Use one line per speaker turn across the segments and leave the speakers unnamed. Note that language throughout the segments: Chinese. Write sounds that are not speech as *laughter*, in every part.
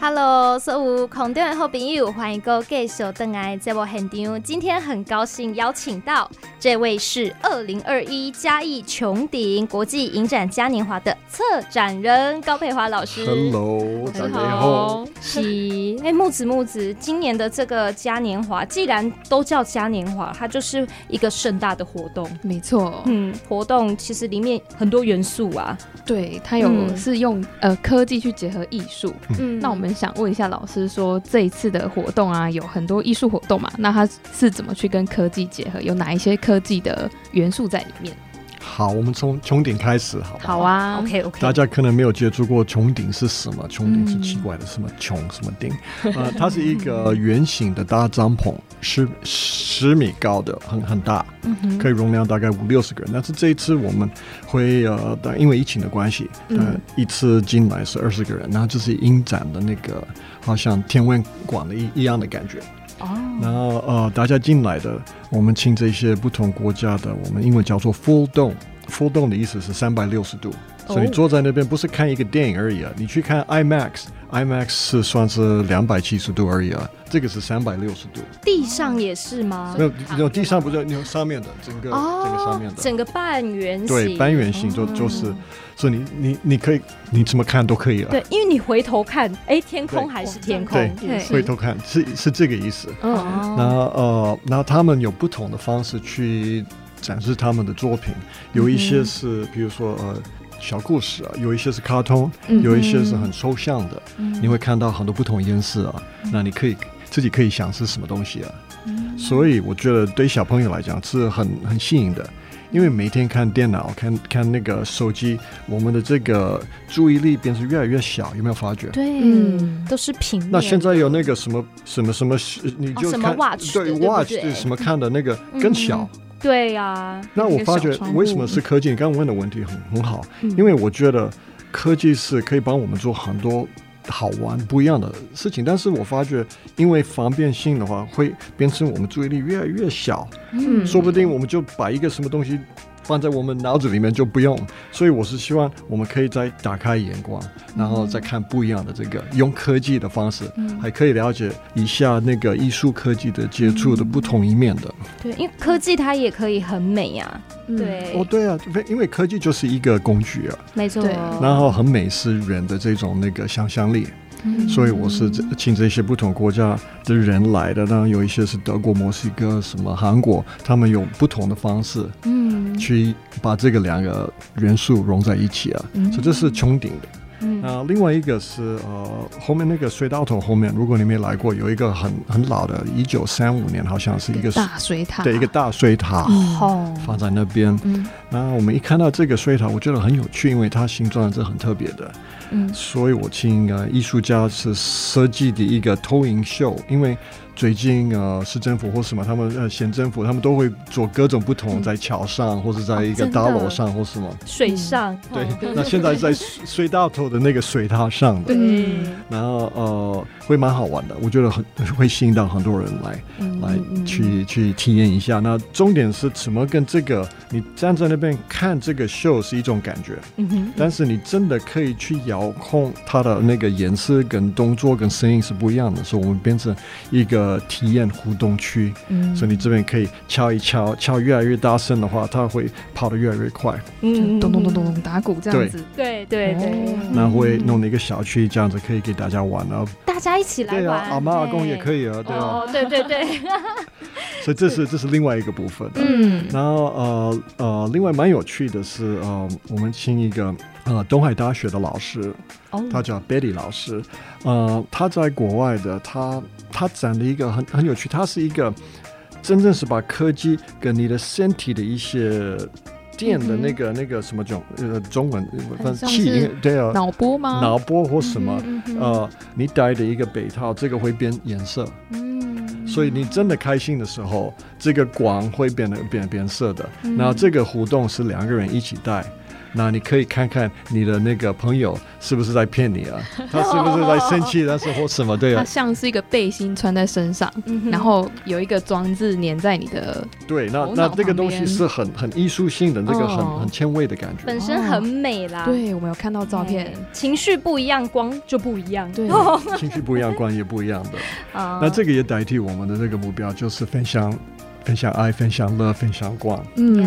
Hello，所有空中的好朋友，欢迎各位继续登来节目现场。今天很高兴邀请到这位是二零二一嘉义穹顶国际影展嘉年华的策展人高佩华老师。
Hello，大家好。
是，哎、木子木子，今年的这个嘉年华，既然都叫嘉年华，它就是一个盛大的活动。
没错，
嗯，活动其实里面很多元素啊。
对，它有
嗯
是用、呃科技去结合艺术。
嗯
那我们想问一下老师说，这一次的活动啊，有很多艺术活动嘛？那它是怎么去跟科技结合？有哪一些科技的元素在里面？
好，我们从穹顶开始，好吧？
好啊
OK OK，
大家可能没有接触过穹顶是什么？穹顶是
嗯
奇怪的，什么穹什么顶？
*laughs*
呃，它是一个圆形的大帐篷，十十米高的，很很大，
嗯哼
可以容量大概五六十个人。但是这一次我们会呃，但因为疫情的关系，呃
嗯，
一次进来是二十个人，然后就是影展的那个好像天文馆的一一样的感觉。然
哦，
后呃，大家进来的，我们请这些不同国家的，我们英文叫做 full dome。full dome 的意思是三百六十度，
哦
所以你坐在那边不是看一个电影而已啊，你去看 IMAX，IMAX 是算是两百七十度而已啊，这个是三百六十度，
地上也是吗？
没有没有地上不是有上面的整个整个上面
哦
的，
整个哦半圆形，
对，半圆形就
嗯
就是，所以你你你可以你怎么看都可以啊，
对，因为你回头看，哎，天空
对
还是天空
对，
也是
回头看是是这个意思。
嗯，
那
哦，
呃，那他们有不同的方式去展示他们的作品，有一些是、比如说呃小故事啊，有一些是卡通，
嗯
有一些是很抽象的，
嗯
你会看到很多不同颜色啊，那你可以自己可以想是什么东西啊，
嗯
所以我觉得对小朋友来讲是很很吸引的。因为每天看电脑、看看那个手机，我们的这个注意力便是越来越小，有没有发觉？
对，
嗯
都是平面。哦
那现在有那个什么什么什么，你就
什
看、
么 watch 的
对
对不
watch
对
对什么看的那个
嗯
更小。
对呀，
那我发觉
一个小窗户
为什么是科技？你刚刚问的问题很很好，
嗯
因为我觉得科技是可以帮我们做很多好玩不一样的事情，但是我发觉因为方便性的话，会变成我们注意力越来越小，
嗯
说不定我们就把一个什么东西。放在我们脑子里面就不用，所以我是希望我们可以再打开眼光，然后
嗯
再看不一样的这个，用科技的方式，
嗯
还可以了解一下那个艺术科技的接触的不同一面的。
对，因为科技它也可以很美呀，
嗯
对，
哦，对啊，因为科技就是一个工具啊，
没错
对，
然后很美是人的这种那个想象力，
嗯
所以我是这请这些不同国家的人来的，当然有一些是德国、墨西哥、什么韩国，他们有不同的方式
嗯
去把这个两个元素融在一起啊，
嗯
所以这是穹顶的。
嗯
那另外一个是呃，后面那个隧道头后面，如果你没来过，有一个很很老的，一九三五年好像是一个
大水
啊
塔
对一个大水塔
哦，
放在那边。
嗯
那我们一看到这个水塔，我觉得很有趣，因为它形状是很特别的。
嗯
所以我请呃艺术家是设计的一个投影秀，因为最近呃市政府或什么他们呃县政府他们都会做各种不同，
嗯
在桥上或者在一个
哦真的
大楼上或什么。
水上
对，那现在在水道头的那个水塔上的，
对
嗯
然后呃会蛮好玩的，我觉得很会吸引到很多人来
嗯
来去去体验一下。那重点是怎么跟这个你站在那边看这个秀是一种感觉，
嗯哼，
但是你真的可以去遥控它的那个颜色、跟动作、跟声音是不一样的，所以我们变成一个体验互动区。
嗯
所以你这边可以敲一敲，敲越来越大声的话，它会跑得越来越快，
就
嗯
咚咚咚咚，咚打鼓这样子，
对对对，嗯
哦
那会弄了一个小区，这样子可以给大家玩啊。
大家一起来
对啊
玩，，
阿妈阿公也可
以，
以啊，对啊。
哦，对对对，
所以这是这是另外一个部分。
嗯
然后呃呃，另外蛮有趣的是，呃，我们请一个呃东海大学的老师，
嗯
哦
他叫 Betty 老师，呃，他在国外的，他他展了一个很很有趣，他是一个真正是把科技跟你的身体的一些电的
嗯哼
那个、那个什么种呃中文呃
很像
气
是
应对啊
脑波吗？
脑波或什么、
嗯哼
呃你戴的一个被套，这个会变颜色，
嗯
所以你真的开心的时候，
嗯
这个光会变得变变色的。那这个活动是两个人一起戴。那你可以看看你的那个朋友是不是在骗你
*laughs*
啊，他是不是在生气，但是或什么对
它
啊，
像是一个背心穿在身上，
嗯哼
然后有一个装置粘在你的，
对，那
头
那
脑
这个
旁
东西
边
是很很艺术性的，那个很
哦
很前卫的感觉。
本身很美啦，
对我们有看到照片，
哎情绪不一样，光就不一样，
对
哦
情绪不一样，观也不一样
*laughs*
的。
啊
*laughs* 那这个也代替我们的这个目标，就是分享、分享爱、分享乐、分享光。
嗯，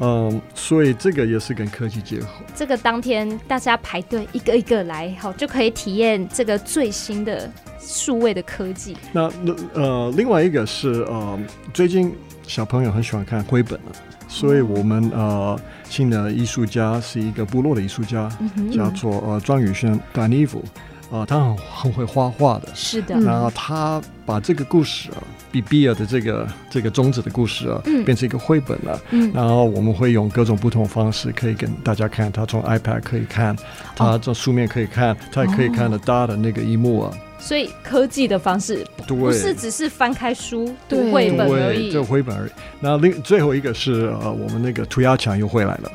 嗯，所以这个也是跟科技结合。
这个当天大家排队一个一个来，好就可以体验这个最新的数位的科技。
那那呃，另外一个是呃，最近小朋友很喜欢看绘本了，所以我们呃请的艺术家是一个部落的艺术家，
嗯哼，
叫做呃庄宇轩短衣服，啊，他很很会画画的。
是的，
嗯
然后他把这个故事啊，比比尔的这个这个宗旨的故事啊，
嗯
变成一个绘本了。
嗯，
然后我们会用各种不同方式可以跟大家看，他从 iPad 可以看，
哦
他从书面可以看，他也可以看得大的那个一幕啊。
所以科技的方式
对，
不是只是翻开书
对
读绘本而
对，
已
就绘本而已。那另最后一个是呃，我们那个涂鸦墙又回来了。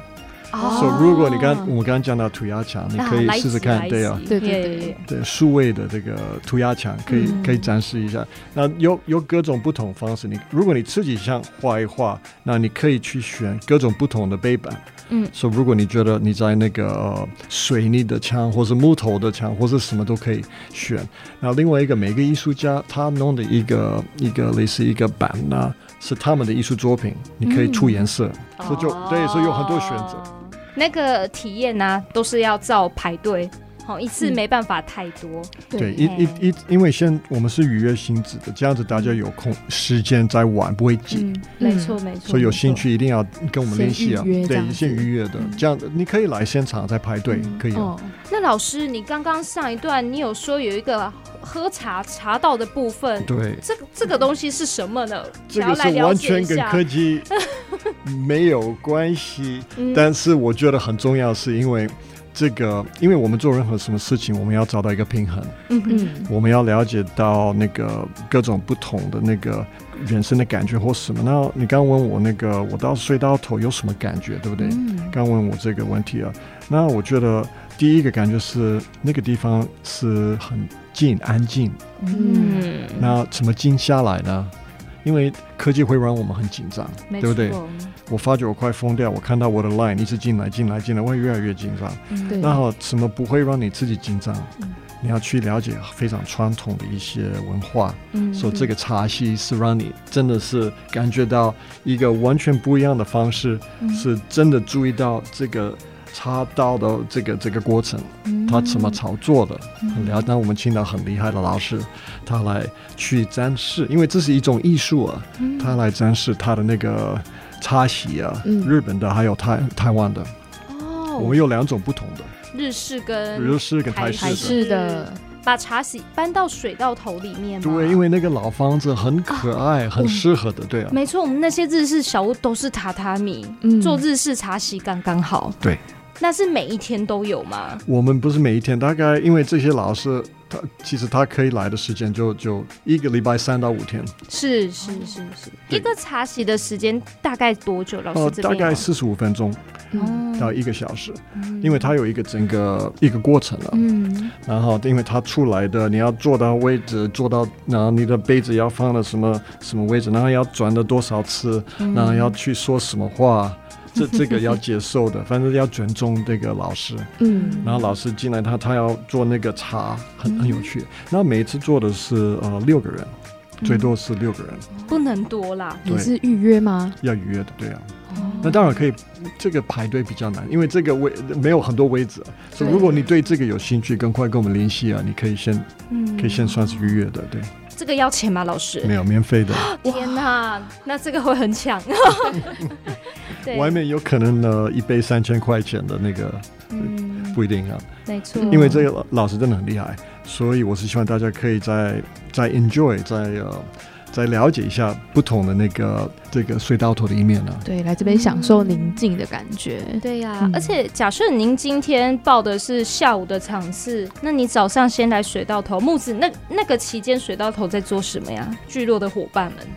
哦
所以如果你刚我们刚刚讲到涂鸦墙，你可以试试看，对啊，
对对对
对，
对数位的这个涂鸦墙可以
嗯
可以展示一下。那有有各种不同方式，你如果你自己想画一画，那你可以去选各种不同的背板。
嗯
所以如果你觉得你在那个、呃水泥的墙，或是木头的墙，或是什么都可以选。那另外一个，每个艺术家他弄的一个一个类似一个板呐、是他们的艺术作品，你可以出颜色。所以就对所以有很多选择。
哦那个体验呢、都是要照排队，好一次
嗯
没办法太多。
对，
对，
一一一，因为现我们是预约性质的，这样子大家有空时间再玩，不会挤。
嗯，
没错，没错。
所以有兴
没错，
趣一定要跟我们联系啊，
先预约这样
对，
子
先预约的，
嗯
这样你可以来现场再排队，
嗯
可以啊。
哦，
那老师，你刚刚上一段你有说有一个喝茶茶道的部分，
对，
这个这个东西是什么呢？
这
想要
个
来
是
了
完
解一
全跟
下。
科技没有关系，
嗯
但是我觉得很重要，是因为这个，因为我们做任何什么事情，我们要找到一个平衡，
嗯嗯
嗯，
我们要了解到那个各种不同的那个人生的感觉或什么。那你刚问我那个，我到睡到头有什么感觉，对不对？
嗯
刚问我这个问题啊，那我觉得第一个感觉是那个地方是很静、安静。
嗯，
那怎么静下来呢？因为科技会让我们很紧张，
没
对不对？
错
我发觉我快疯掉，我看到我的 line 一直进来、进来、进来，我也越来越紧张。
嗯
对
那好，什么不会让你自己紧张
嗯？
你要去了解非常传统的一些文化，
嗯
说这个茶席是让你真的是感觉到一个完全不一样的方式，是真的注意到这个茶道的这个这个过程，
嗯
它怎么炒作的，很了解。那我们请到很厉害的老师，他来去展示，因为这是一种艺术啊，
嗯
他来展示他的那个茶席啊，
嗯
日本的还有台台湾的，
哦，
我们有两种不同的，
日式跟
日式跟
台
台式
还
的。
是的，
把茶洗搬到水稻头里面吗？
对，因为那个老房子很可爱，很适合的，对啊。
没错，我们那些日式小屋都是榻榻米，
嗯
做日式茶席刚刚好。
对，
那是每一天都有吗？
我们不是每一天，大概因为这些老师，他其实他可以来的时间就就一个礼拜三到五天，
是是是是，
对
一个茶席的时间大概多久？老
呃
师，这边
大
有、
概四十五分钟
嗯
到一个小时，
嗯
因为它有一个整个一个过程了、啊
嗯
然后因为它出来的，你要坐到位置，坐到，然后你的杯子要放到什么什么位置，然后要转了多少次，
嗯
然后要去说什么话，这这个要接
*laughs*
受的，反正要尊重这个老师。
嗯
然后老师进来他，他要做那个茶，
嗯
很很有趣。那每一次做的是呃六个人，
嗯
最多是六个人，
不能多啦。
你是预约吗？
要预约的，对啊。那当然可以，这个排队比较难，因为这个位没有很多位置啊，所以
对
如果你对这个有兴趣，赶快跟我们联系啊，你可以先
嗯
可以先算是预约的，对，
这个要钱吗？老师
没？有免费的，
天哪，那这个会很
*laughs*
抢。对，
外面有可能呢一杯三千块钱的那个
嗯，
不一定啊，
没错，
因为这个老老师真的很厉害，所以我是希望大家可以再再 enjoy 再呃再了解一下不同的那个这个隧道头的一面啊呢、
对，来这边享受宁静的感觉。
对呀、
嗯
而且假设您今天报的是下午的场次，那你早上先来水稻头木子，那那个期间水稻头在做什么呀？聚落的伙伴们，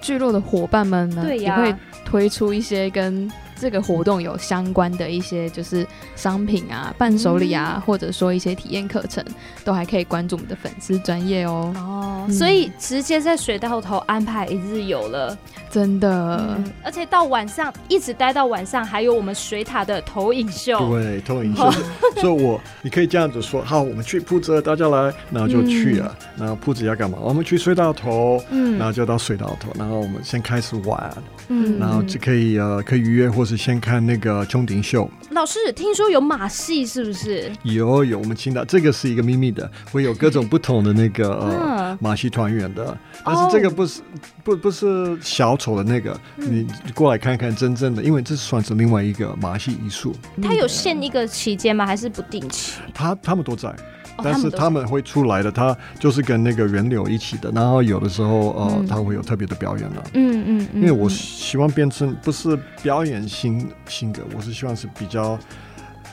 聚落的伙伴们呢，
对
也
呀、
会推出一些跟这个活动有相关的一些就是商品啊、伴手礼
嗯
啊，或者说一些体验课程，都还可以关注我们的粉丝专业哦。
哦，
嗯
所以直接在水稻头安排一日游了，
真的，
嗯，而且到晚上一直待到晚上，还有我们水塔的投影秀，
对，投影秀，所以我你可以这样子说，好，我们去铺子，大家来，然后就去啊了。然后铺子要干嘛？我们去水稻头，
嗯
然后就到水稻头，然后我们先开始玩，
嗯
然后就可以呃可以预约，或是先看那个穹顶秀。
老师听说有马戏是不是？
有有，我们青岛这个是一个秘密的，会有各种不同的那个
嗯
呃马戏团员的，但是这个不是不不是小丑的那个，你过来看看真正的，因为这算是另外一个马戏艺术，
嗯
它有限一个期间吗？还是不定期？
他他们都在。
哦
但是
都
他们会出来的，他就是跟那个人流一起的，然后有的时候呃，
嗯
他会有特别的表演了。啊
嗯嗯嗯，
因为我希望变成不是表演性性格，我是希望是比较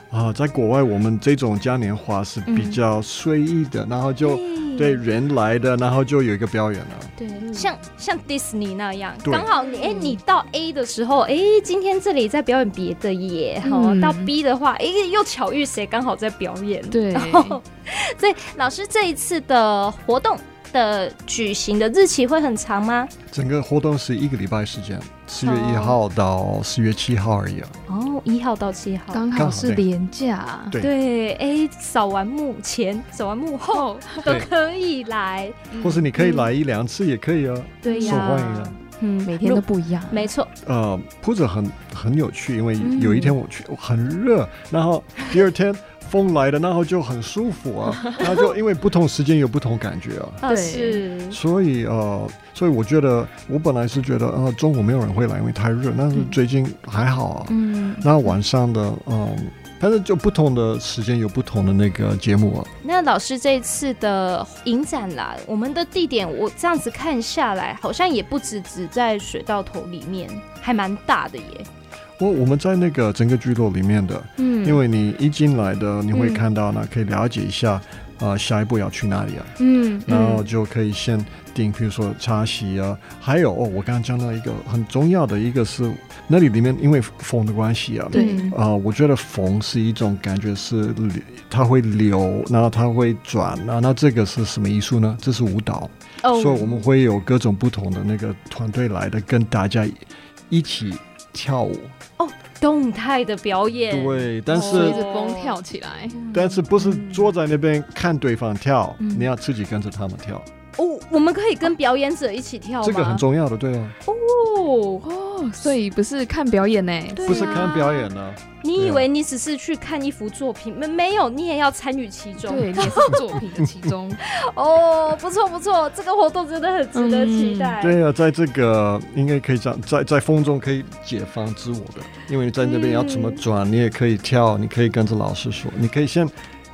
啊、在国外我们这种嘉年华是比较随意的，然后就
嗯
对人来的，然后就有一个表演啊了。
对，像像迪士尼那样，
对
刚好你哎、你到 A 的时候，哎、今天这里在表演别的耶，哈、
嗯
到 B 的话，哎、又巧遇谁刚好在表演，
对
然后所以老师这一次的活动的举行的日期会很长吗？
整个活动是一个礼拜时间，四月
哦
一号到四月七号而已啊。
哦，一号到七号。
刚
刚
好
好
是
对
廉价，
对
对，哎，扫完幕前，扫完幕后
哦，
都
对
可以来，
或是你可以
嗯
来一两次也可以啊，
对呀，
受欢迎啊。
嗯，每天都不一样，
没错，
呃，铺子很很有趣，因为
嗯
有一天我去很热，然后第二天风来了，然后就很舒服
*laughs*
啊，然后就因为不同时间有不同感觉啊，
呃
对
是，
嗯
所以呃，所以我觉得我本来是觉得呃中午没有人会来，因为太热，但是
嗯
最近还好啊，
嗯，
那晚上的嗯、但是就不同的时间有不同的那个节目啊，
那老师这一次的影展啦，我们的地点我这样子看下来，好像也不止只在水稻头里面，还蛮大的耶。
我我们在那个整个聚落里面的，
嗯
因为你一进来的你会
嗯
看到呢，可以了解一下啊、呃下一步要去哪里啊。
嗯，
然后就可以先订，比如说茶席啊，还有哦，我刚刚讲到一个很重要的一个是，那里里面因为风的关系啊，
对
嗯
啊、我觉得风是一种感觉是流它会流，然后它会转啊，那这个是什么艺术呢？这是舞蹈，
哦
所以我们会有各种不同的那个团队来的，跟大家一起跳舞。
哦动态的表演，
对，但是、
随
哦
着风跳起来，
但是不是
嗯
坐在那边看对方跳，
嗯
你要自己跟着他们跳，
哦，我们可以跟表演者一起跳吗？
这个很重要的，对啊。
哦。
哦，所以不是看表演呢，
对啊
不是看表演啊呢、
你以为你只是去看一幅作品，没没有，你也要参与其中。
对，也是作品的其中，
哦，不错不错，这个活动真的很值得期待。
对啊，在这个应该可以这样，在在风中可以解放自我的，因为你在那边要怎么转，你也可以跳，你可以跟着老师说，你可以先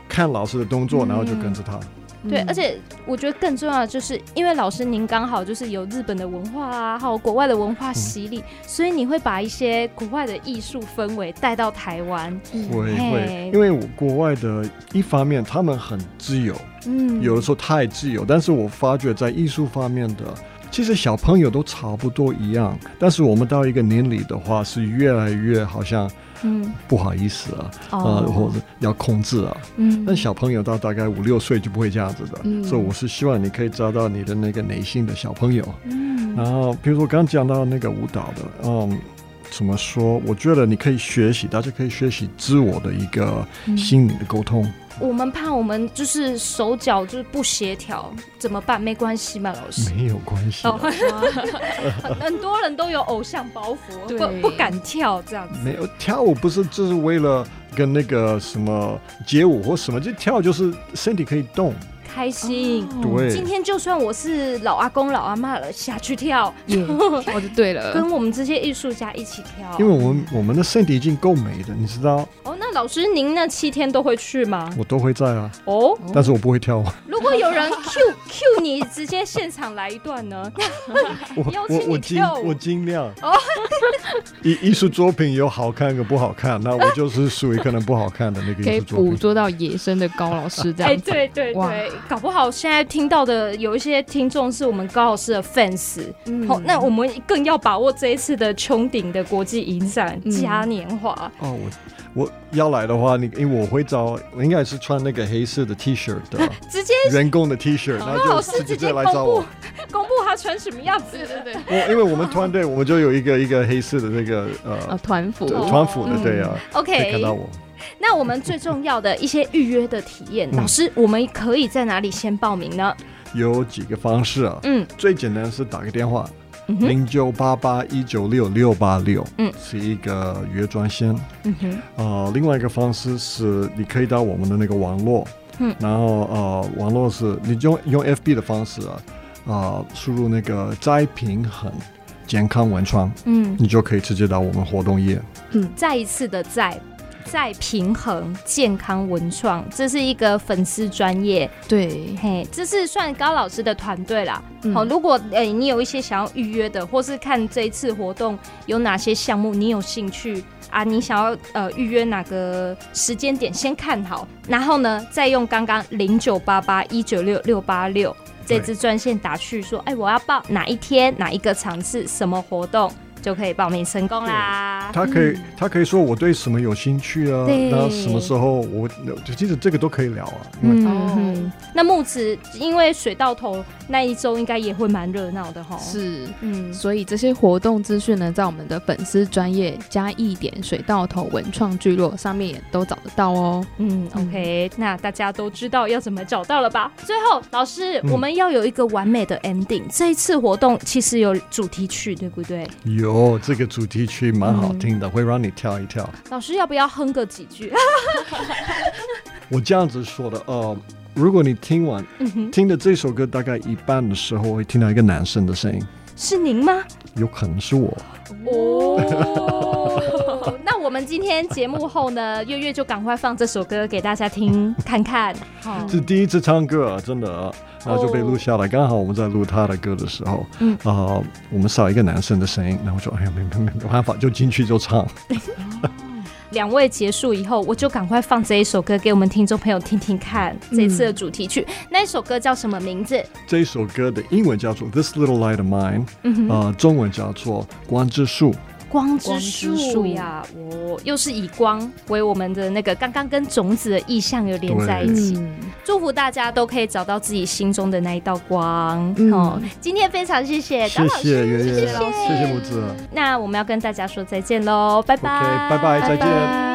看老师的动作，
嗯
然后就跟着他。
*laughs* 对，
嗯
而且我觉得更重要的就是，因为老师您刚好就是有日本的文化啊，还有国外的文化洗
嗯
礼，所以你会把一些国外的艺术氛围带到台湾。
嗯
会
嘿
会，因为我国外的一方面他们很自由，
嗯
有的时候太自由，但是我发觉在艺术方面的。其实小朋友都差不多一样，但是我们到一个年龄的话，是越来越好像
嗯
不好意思啊，
哦
呃，或者要控制啊，
嗯
但小朋友到大概五六岁就不会这样子的，
嗯
所以我是希望你可以找到你的那个内心的小朋友。
嗯
然后，比如说刚讲到那个舞蹈的，嗯，怎么说？我觉得你可以学习，大家可以学习自我的一个
嗯 *laughs*
心理的沟通。
我们怕我们就是手脚就是不协调，怎么办？没关系嘛，老师。
没有关系、
哦
啊，，嗯
很多人都有偶像包
*laughs*
袱，
对
不不敢跳这样子。
没有跳舞不是就是为了跟那个什么街舞或什么，就跳就是身体可以动。
开心，
哦
对，
嗯今天就算我是老阿公老阿妈了，下去跳，
*laughs* 耶，哦就
呃
对了，
跟我们这些艺术家一起跳。
因为我们我们的身体已经够美的，你知道，
哦，那老师，您那七天都会去吗？
我都会在啊，
哦，
但是我不
*laughs*
会跳。
如果有人 *laughs* Q Q 你，直接现场来一段呢？
我
邀
我
请
我
你
尽
跳舞
我尽量
哦。
*laughs* 艺艺术作品有好看跟不好看，那我就是属于可能不好看的那个
可
艺
以
术作
捕
品。
捉到野生的高老师这
哎、
样子。
对对
哇
对，搞不好现在听到的有一些听众是我们高老师的 fans，
嗯
好、那我们更要把握这一次的穹顶的国际影展
嗯
嘉年华。
哦，我我要来的话，你因为我会找，我应该是穿那个黑色的 T 恤
*laughs*
的
直接
员工的 T 恤，然
高哦老
后
师
就
直
直
接
接来
公
找
布
我。嗯
公布 *laughs* 他穿什么样子，对对对，
我因为我们团队我们就有一个一个黑色的那个
呃，
呃
团服
哦
团服的，
嗯
对啊，可以看到
OK，
我。
那我们最重要的一些预约的体验，
嗯
老师，我们可以在哪里先报名呢？
有几个方式啊，
嗯，
最简单是打个电话，
嗯哼，
零九八八一九六六八六，
嗯
是一个约专线。
嗯哼，
呃，另外一个方式是，你可以到我们的那个网络，
嗯
然后呃，网络是你用用 FB 的方式啊，呃，输入那个斋平衡健康文创，
嗯，
你就可以直接到我们活动页。
再一次的再再平衡健康文创，这是一个粉丝专业，
对，
嘿，这是算高老师的团队啦。
嗯
好、如果诶、你有一些想要预约的，或是看这一次活动有哪些项目你有兴趣啊，你想要呃预约哪个时间点，先看好，然后呢再用刚刚零九八八一九六六八六这
对
支专线打去说，哎、我要报哪一天哪一个场次什么活动，就可以报名成功啦。
他可以，他可以说我对什么有兴趣啊，
嗯对
那什么时候我，其实这个都可以聊啊，因为
嗯，
那木子因为水到头那一周应该也会蛮热闹的哈。，
是。
嗯，
所以这些活动资讯呢，在我们的粉丝专业加一点水到头文创聚落上面也都找得到哦。
嗯，OK，那大家都知道要怎么找到了吧？最后，老师，
嗯
我们要有一个完美的 ending。这一次活动其实有主题曲，对不对？
有这个主题曲蛮好听的，会让你跳一跳。
老师要不要哼个几句？
我这样子说的，呃，如果你听完
嗯哼，
听的这首歌大概一半的时候，会听到一个男生的声音，
是您吗？
有可能是我。
嗯哦， *laughs* 那我们今天节目后呢，月月就赶快放这首歌给大家听看看。好，
这第一次唱歌啊，真的
哦
啊，然后就被录下来。刚好我们在录他的歌的时候，
嗯
啊、我们少一个男生的声音，然后说，哎呀，没没没没办法，就进去就唱。
哦
*laughs*
两位结束以后，我就赶快放这一首歌给我们听众朋友听听看。这一次的主题曲，那一首歌叫什么名字？
这首歌的英文叫做《This Little Light of Mine》，
嗯哼。
啊、中文叫做《光之树》。
光之树
之树
呀，我又是以光为我们的那个刚刚跟种子的意象有连在
哎
一起，
嗯，
祝福大家都可以找到自己心中的那一道光。
嗯
哦，今天非常谢谢高
谢
哎老师，
谢圆
谢
圆，
谢
谢谢木子。啊
那我们要跟大家说再见喽，拜拜
哎 OK，拜拜再见
拜拜